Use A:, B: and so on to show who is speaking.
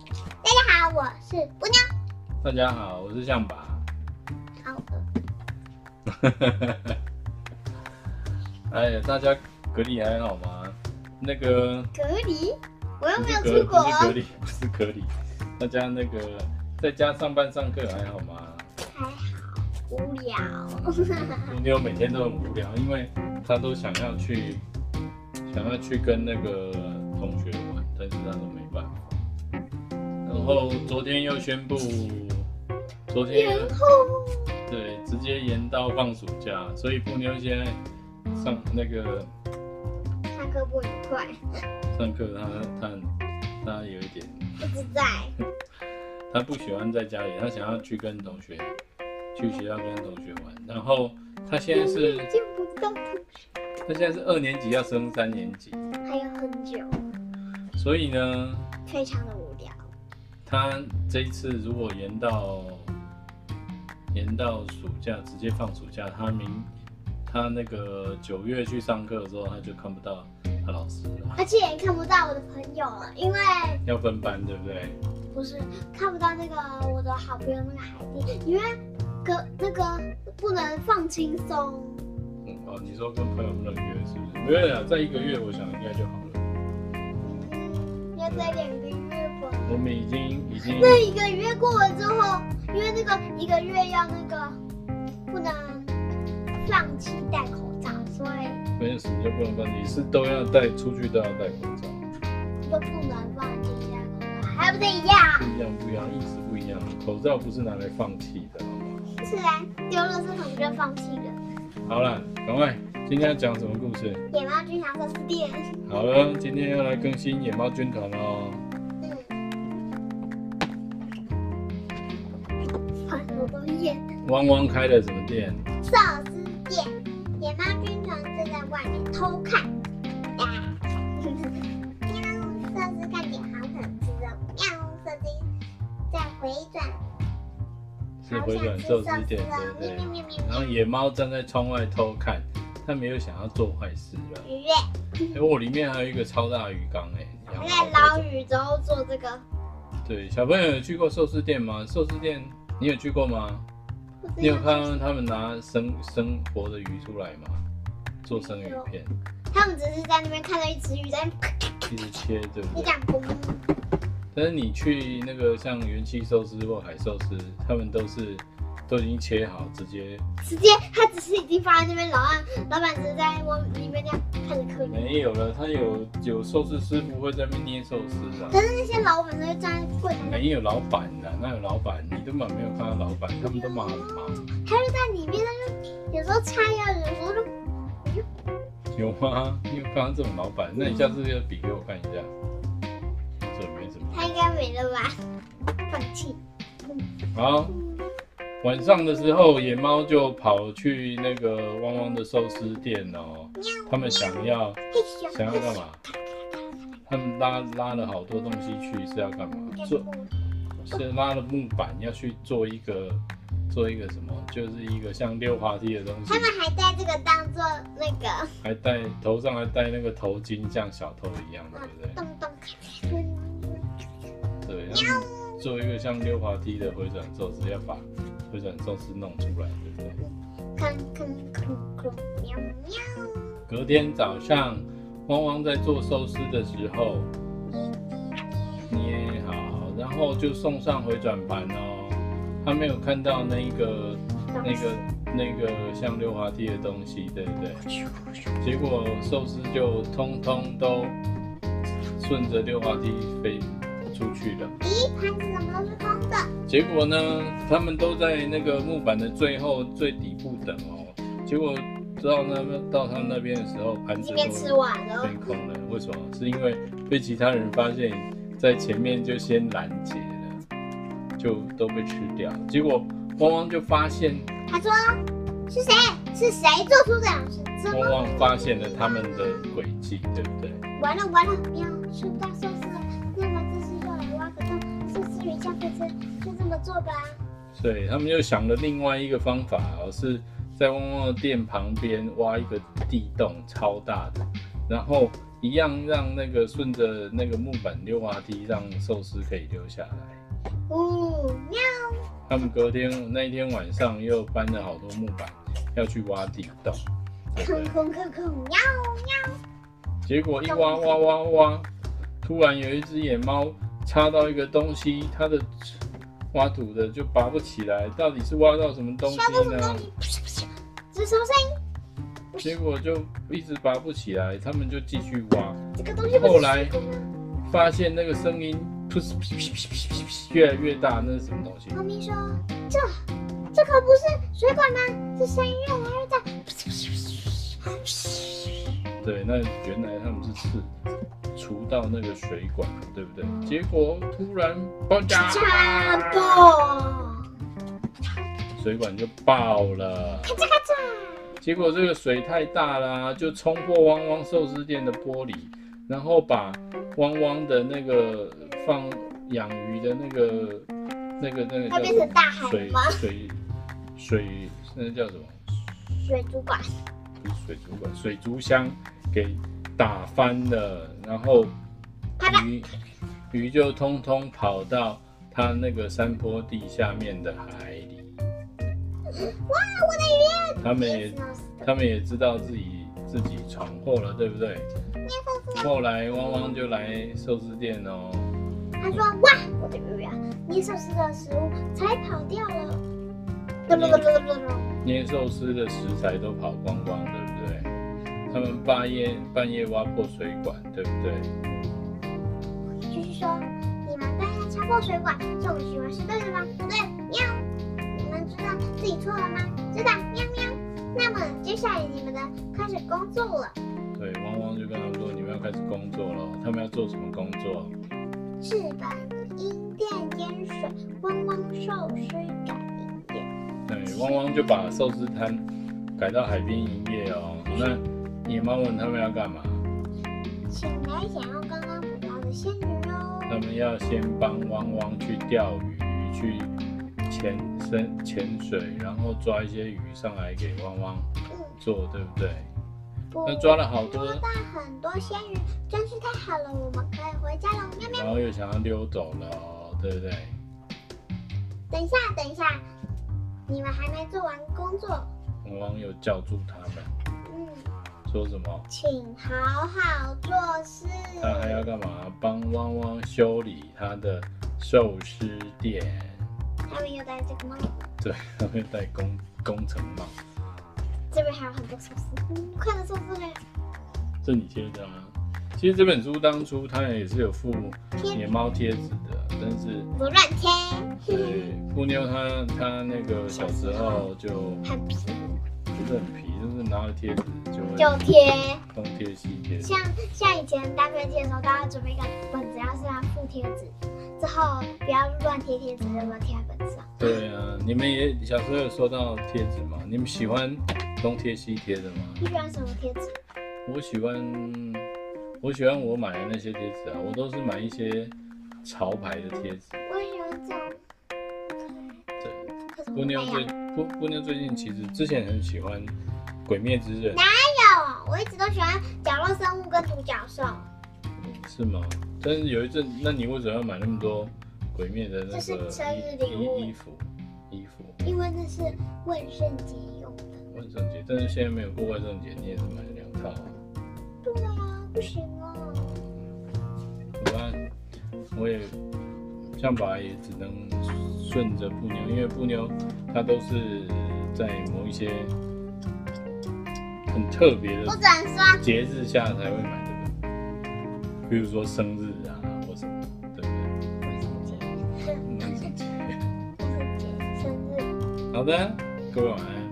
A: 好，我是姑娘。
B: 大家好，我是象拔。
A: 好饿，
B: 哎呀，大家隔离还好吗？那个
A: 隔离？我又
B: 不
A: 没
B: 是
A: 有
B: 隔
A: 出国
B: 不是隔离， 不是隔离，大家那个在家上班上课还好吗？
A: 还好无聊。
B: 你有每天都很无聊，因为他都想要去想要去跟那个同学玩，但是他都没办法。然后昨天又宣布，昨天
A: 然后
B: 对，直接延到放暑假，所以布妞现在上那个
A: 上课不愉快，
B: 上课他，他他有一点，
A: 一直在
B: 他不喜欢在家里，他想要去跟同学去学校跟同学玩。然后他现在 是，
A: 见不到同学，
B: 他现在是二年级要升三年级，
A: 还有很久，
B: 所以呢，
A: 非常的无聊。
B: 他这一次如果延到延到暑假，直接放暑假，他明他那个九月去上课的时候，他就看不到他老师了。
A: 而且也看不到我的朋友了，因为
B: 要分班，对不对？
A: 不是看不到那个我的好朋友那个海蒂，因为隔那个不能放轻松。
B: 嗯，哦，你说跟朋友们约是不是？没有啦，在一个月，我想应该就好了。
A: 嗯，要在两个月吧。
B: 我们已经已经
A: 那一个月过完之后，因为那个一个月要那个不能放弃戴口罩，所以
B: 没有时间不能办，你是都要带出去都要戴口罩，
A: 就不能放弃戴口罩，还不是一样？
B: 不一样不一样，意思不一样。口罩不是拿来放弃的，好吗？
A: 是啊，丢了这种就放弃了。
B: 好了，赶快，今天要讲什么故事？
A: 野猫军团寿司店，
B: 好了，今天要来更新野猫军团哦。
A: 嗯，很多东西，
B: 汪汪开了什么店？
A: 寿司店，野猫军团正在外面偷看。呀，喵，寿司看起来好想吃哦。喵，寿司在回转。
B: 是回转寿司店，对不对？然后野猫站在窗外偷看，它没有想要做坏事了。
A: 愉悦，
B: 哎、我里面还有一个超大的鱼缸哎、你要
A: 他
B: 不
A: 在
B: 要
A: 捞鱼之后做这个，
B: 对，小朋友有去过寿司店吗？寿司店你有去过吗？
A: 不知
B: 你有
A: 道
B: 看到他们拿生生活的鱼出来吗？做生鱼片，
A: 他们只是在那边看到一只鱼在那边
B: 一直切，对不
A: 一
B: 对？
A: 讲嘣，
B: 但是你去那个像元气寿司或海寿司，他们都是都已经切好，直接
A: 直接他只是已经放在那边，老板老板只是在我里面这样看着客人。
B: 没有了。他有有寿司师傅会在那边捏寿司啊，
A: 可是那些老板都会站在柜台那边，
B: 没有老板的，那有老板，你根本没有看到老板，他们都忙很忙。
A: 他就在里面，他就有时候拆呀、有时候就
B: 有吗？你有看到这种老板？那你下次要比给我看一下。这没怎么。
A: 他应该没了吧？放弃。
B: 好，晚上的时候，野猫就跑去那个汪汪的寿司店哦。他们想要
A: 嘿咻
B: 想要干？嘛？他们拉拉了好多东西去是要干嘛？做是拉了木板要去做一个做一个什么？就是一个像溜滑梯的东西
A: 他，们还带这个当做那个
B: 还戴头上还戴那个头巾，像小偷一样，对不对？
A: 洞洞咔咔。
B: 对，他们做一个像溜滑梯的回转寿司，要把回转寿司弄出来，对不对？
A: 吭吭吭吭，喵喵。
B: 隔天早上，汪汪在做寿司的时候捏好，然后就送上回转盘哦。他没有看到那一个、那个、那个像溜滑梯的东西，对不对？结果寿司就通通都顺着溜滑梯飞出去了。
A: 咦，盘子哎怎么都是空的？
B: 结果呢，他们都在那个木板的最后最底部等哦。结果到那边到他们那边的时候，盘子
A: 今
B: 都
A: 天吃完了
B: 变，空了。为什么？是因为被其他人发现，在前面就先拦截了，就都被吃掉。结果汪汪就发现，
A: 他说是谁？是谁做出这种事？怎
B: 汪
A: 么？
B: 汪发现了他们的轨迹，对不对？
A: 完了完了，喵，吃不到寿司了。那么这次就来挖个洞，寿司鱼加飞车，就这么做吧。
B: 所以他们又想了另外一个方法哦，是在旺旺的店旁边挖一个地洞，超大的，然后一样让那个顺着那个木板溜滑梯，让寿司可以溜下来。
A: 呜喵，
B: 他们隔天那一天晚上又搬了好多木板要去挖地洞，对不
A: 空空
B: 对
A: 空空喵喵，
B: 结果一挖挖挖挖，突然有一只野猫插到一个东西，它的挖土的就拔不起来，到底是挖到什么东西
A: 刷到什么
B: 呢
A: 东？西？噗咻噗咻这是什么声音？
B: 结果就一直拔不起来，他们就继续挖，
A: 这个东西不
B: 后
A: 是
B: 来
A: 水果吗？
B: 发现那个声音噗噗噗噗噗噗噗越来越大，那是什么东西？
A: 猫咪说：“这这可不是水管吗？这声音越来越大。噗咻噗咻噗咻”
B: 对，那原来他们是刺除到那个水管，对不对？结果突然爆炸，
A: 炸爆！
B: 水管就爆了。
A: 咔嚓咔嚓！
B: 结果这个水太大啦、就冲破汪汪寿司店的玻璃，然后把汪汪的那个放养鱼的那个那个那个
A: 它
B: 叫
A: 变
B: 什
A: 成大
B: 么
A: 海
B: 水
A: 了吗？
B: 水水那叫什么？
A: 水族馆，
B: 不是水族馆，水族箱给打翻了，然后
A: 啪啪
B: 鱼鱼就通通跑到它那个山坡地下面的海里。
A: 哇，我
B: 他们
A: 的鱼也
B: 也
A: 弄死了！
B: 他们也知道自己自己闯祸了，对不对？后来汪汪就来寿司店哦，
A: 他说：“哇，我的鱼啊，你所吃的食物才跑掉了。”噔噔噔噔噔噔噔！
B: 捏寿司的食材都跑光光，对不对？他们半夜半夜挖破水管，对不对？
A: 继续说：“你们半夜敲破水管，这种行为是对的吗？不对。喵。你们知道自己错了吗？知道。喵喵。那么接下来你们的开始工作了，
B: 对，汪汪就跟他们说，你们要开始工作了。哦他们要做什么工作？
A: 翅膀银靛烟水，汪汪寿司改银靛。
B: 对，汪汪就把寿司摊改到海边营业哦。那野猫问他们要干嘛？
A: 请来享用刚刚捕到的鲜鱼哦。
B: 他们要先帮汪汪去钓鱼，去潜深潜水，然后抓一些鱼上来给汪汪
A: 嗯，
B: 做，对不对？
A: 不
B: 那抓了好多
A: 抓，到很多鲜鱼，真是太好了，我们可以回家了。喵喵。
B: 然后又想要溜走了哦、对不对？
A: 等一下，等一下，你们还没做完工作。
B: 汪汪又叫住他们，
A: 嗯，
B: 说什么？
A: 请好好做事。
B: 他还要干嘛？帮汪汪修理他的寿司店，
A: 他们又戴这个帽，
B: 对，他会戴工工程帽，
A: 这边还有很多寿司，嗯，快乐寿司嘞！
B: 这你贴的啊。其实这本书当初它也是有附野
A: 贴
B: 猫贴纸的，但是。
A: 不乱贴，
B: 对，布妞她她那个小时候就
A: 很皮
B: 不是很皮，就是拿了贴纸就
A: 就
B: 会
A: 贴。
B: 东贴西贴。
A: 像像以前大学贴的时候，大家准备一个本子，要是要附贴纸，之后不要乱贴贴纸，就乱贴在本子上。
B: 对啊，你们也小时候有收到贴纸吗？你们喜欢东贴西贴的吗？
A: 你喜欢什么贴纸？
B: 我喜欢，我喜欢我买的那些贴纸啊，我都是买一些潮牌的贴纸。
A: 我也喜欢这种，
B: 对，
A: 可是我
B: 布
A: 没
B: 妞
A: 有。
B: 最布布妞最近其实之前很喜欢《鬼灭之刃》，
A: 有，啊我一直都喜欢角落生物跟独角兽，
B: 是吗？但是有一阵，那你为什么要买那么多鬼灭的那
A: 这
B: 个
A: 是生日礼
B: 衣
A: 物
B: 衣衣服？衣服？
A: 因为那是万圣节用的。
B: 万圣节，但是现在没有过万圣节，你也是买了两套啊。
A: 对啊，不行哦。
B: 我看我也像爸也只能顺着布妞，因为布妞她都是在某一些很特别
A: 我
B: 的
A: 只能说，
B: 节日下才会买这个，比如说生日啊或什么，对不
A: 万圣节，
B: 对？万圣节。
A: 万圣节，生日。
B: 好的，各位晚安。